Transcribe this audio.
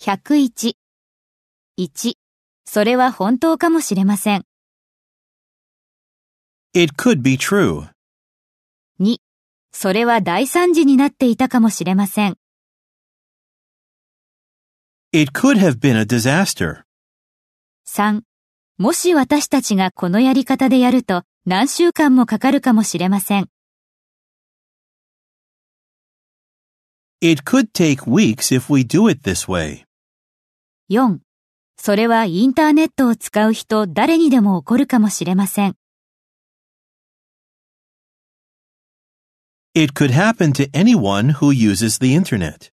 101。1. それは本当かもしれません。 It could be true. 2. それは大惨事になっていたかもしれません。 It could have been a disaster. 3. もし私たちがこのやり方でやると何週間もかかるかもしれません。 It could take weeks if we do it this way. 4. それはインターネットを使う人誰にでも起こるかもしれません。 It could happen to anyone who uses the internet.